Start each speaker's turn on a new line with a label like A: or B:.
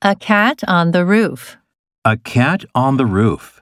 A: A cat on the roof.
B: A cat on the roof.